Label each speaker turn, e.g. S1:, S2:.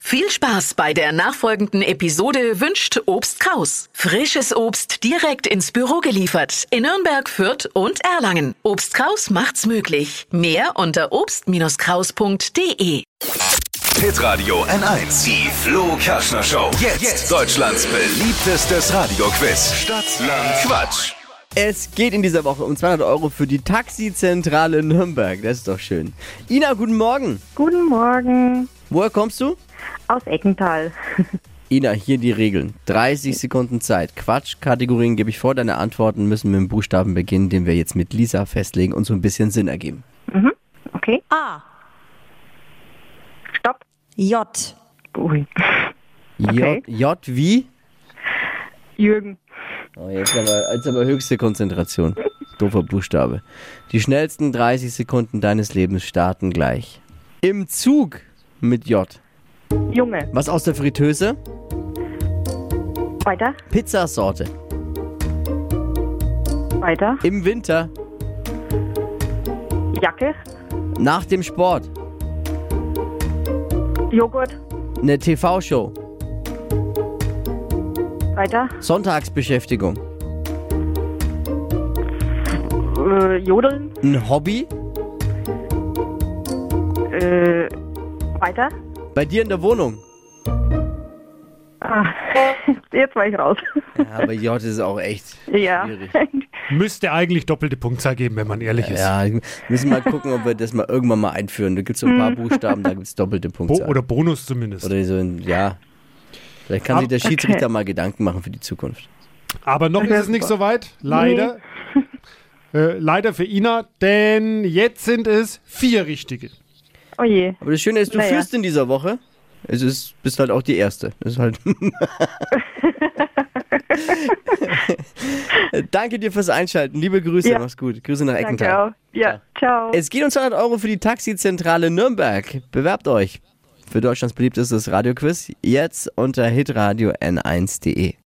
S1: Viel Spaß bei der nachfolgenden Episode wünscht Obst Kraus. Frisches Obst direkt ins Büro geliefert in Nürnberg, Fürth und Erlangen. Obst Kraus macht's möglich. Mehr unter obst-kraus.de.
S2: Pit Radio N1, die Flo Kaschner Show. Jetzt, Deutschlands beliebtestes Radioquiz. Stadt, Land, Quatsch.
S3: Es geht in dieser Woche um 200 Euro für die Taxizentrale Nürnberg. Das ist doch schön. Ina, guten Morgen.
S4: Guten Morgen
S3: Woher kommst du?
S4: aus Eckental.
S3: Ina, hier die Regeln. 30 Sekunden Zeit. Quatschkategorien gebe ich vor. Deine Antworten müssen mit dem Buchstaben beginnen, den wir jetzt mit Lisa festlegen und so ein bisschen Sinn ergeben.
S4: Okay,
S5: A.
S4: stopp.
S5: J.
S4: Ui. Okay.
S3: J, J wie?
S4: Jürgen.
S3: Oh, jetzt, aber, jetzt aber höchste Konzentration. Doofer Buchstabe. Die schnellsten 30 Sekunden deines Lebens starten gleich. Im Zug mit J.
S4: Junge.
S3: Was aus der Fritteuse?
S4: Weiter,
S3: Pizzasorte.
S4: weiter.
S3: Im Winter.
S4: Jacke,
S3: Nach dem Sport.
S4: Joghurt,
S3: Eine TV-Show.
S4: weiter.
S3: Sonntagsbeschäftigung.
S4: Äh, Jodeln,
S3: Ein Hobby.
S4: äh, weiter.
S3: Bei dir in der Wohnung.
S4: Ah, jetzt war ich raus.
S3: Ja, aber J ist auch echt
S4: Ja.
S3: schwierig.
S6: Müsste eigentlich doppelte Punktzahl geben, wenn man ehrlich ist.
S3: Ja, wir müssen mal gucken, ob wir das mal irgendwann mal einführen. Da gibt es so ein paar
S4: Mhm.
S3: Buchstaben, da gibt es doppelte
S6: Bo
S3: Punkte.
S6: oder Bonus zumindest.
S3: oder so ein, ja. Vielleicht kann
S4: Ah,
S3: sich der Schiedsrichter mal Gedanken machen für die Zukunft.
S6: Aber noch ist es nicht so weit. Leider. Äh, leider für Ina, denn jetzt sind es vier richtige.
S4: Oh je.
S3: Aber das Schöne ist, du
S4: Naja.
S3: führst in dieser Woche. Es ist, bist halt auch die Erste. Das ist halt. Danke dir fürs Einschalten. Liebe Grüße.
S4: Ja.
S3: Mach's gut. Grüße nach Eckenthal.
S4: Danke auch. Ja, ciao.
S3: Es geht um 200 Euro für die Taxizentrale Nürnberg. Bewerbt euch für Deutschlands beliebtestes Radioquiz jetzt unter hitradio n1.de.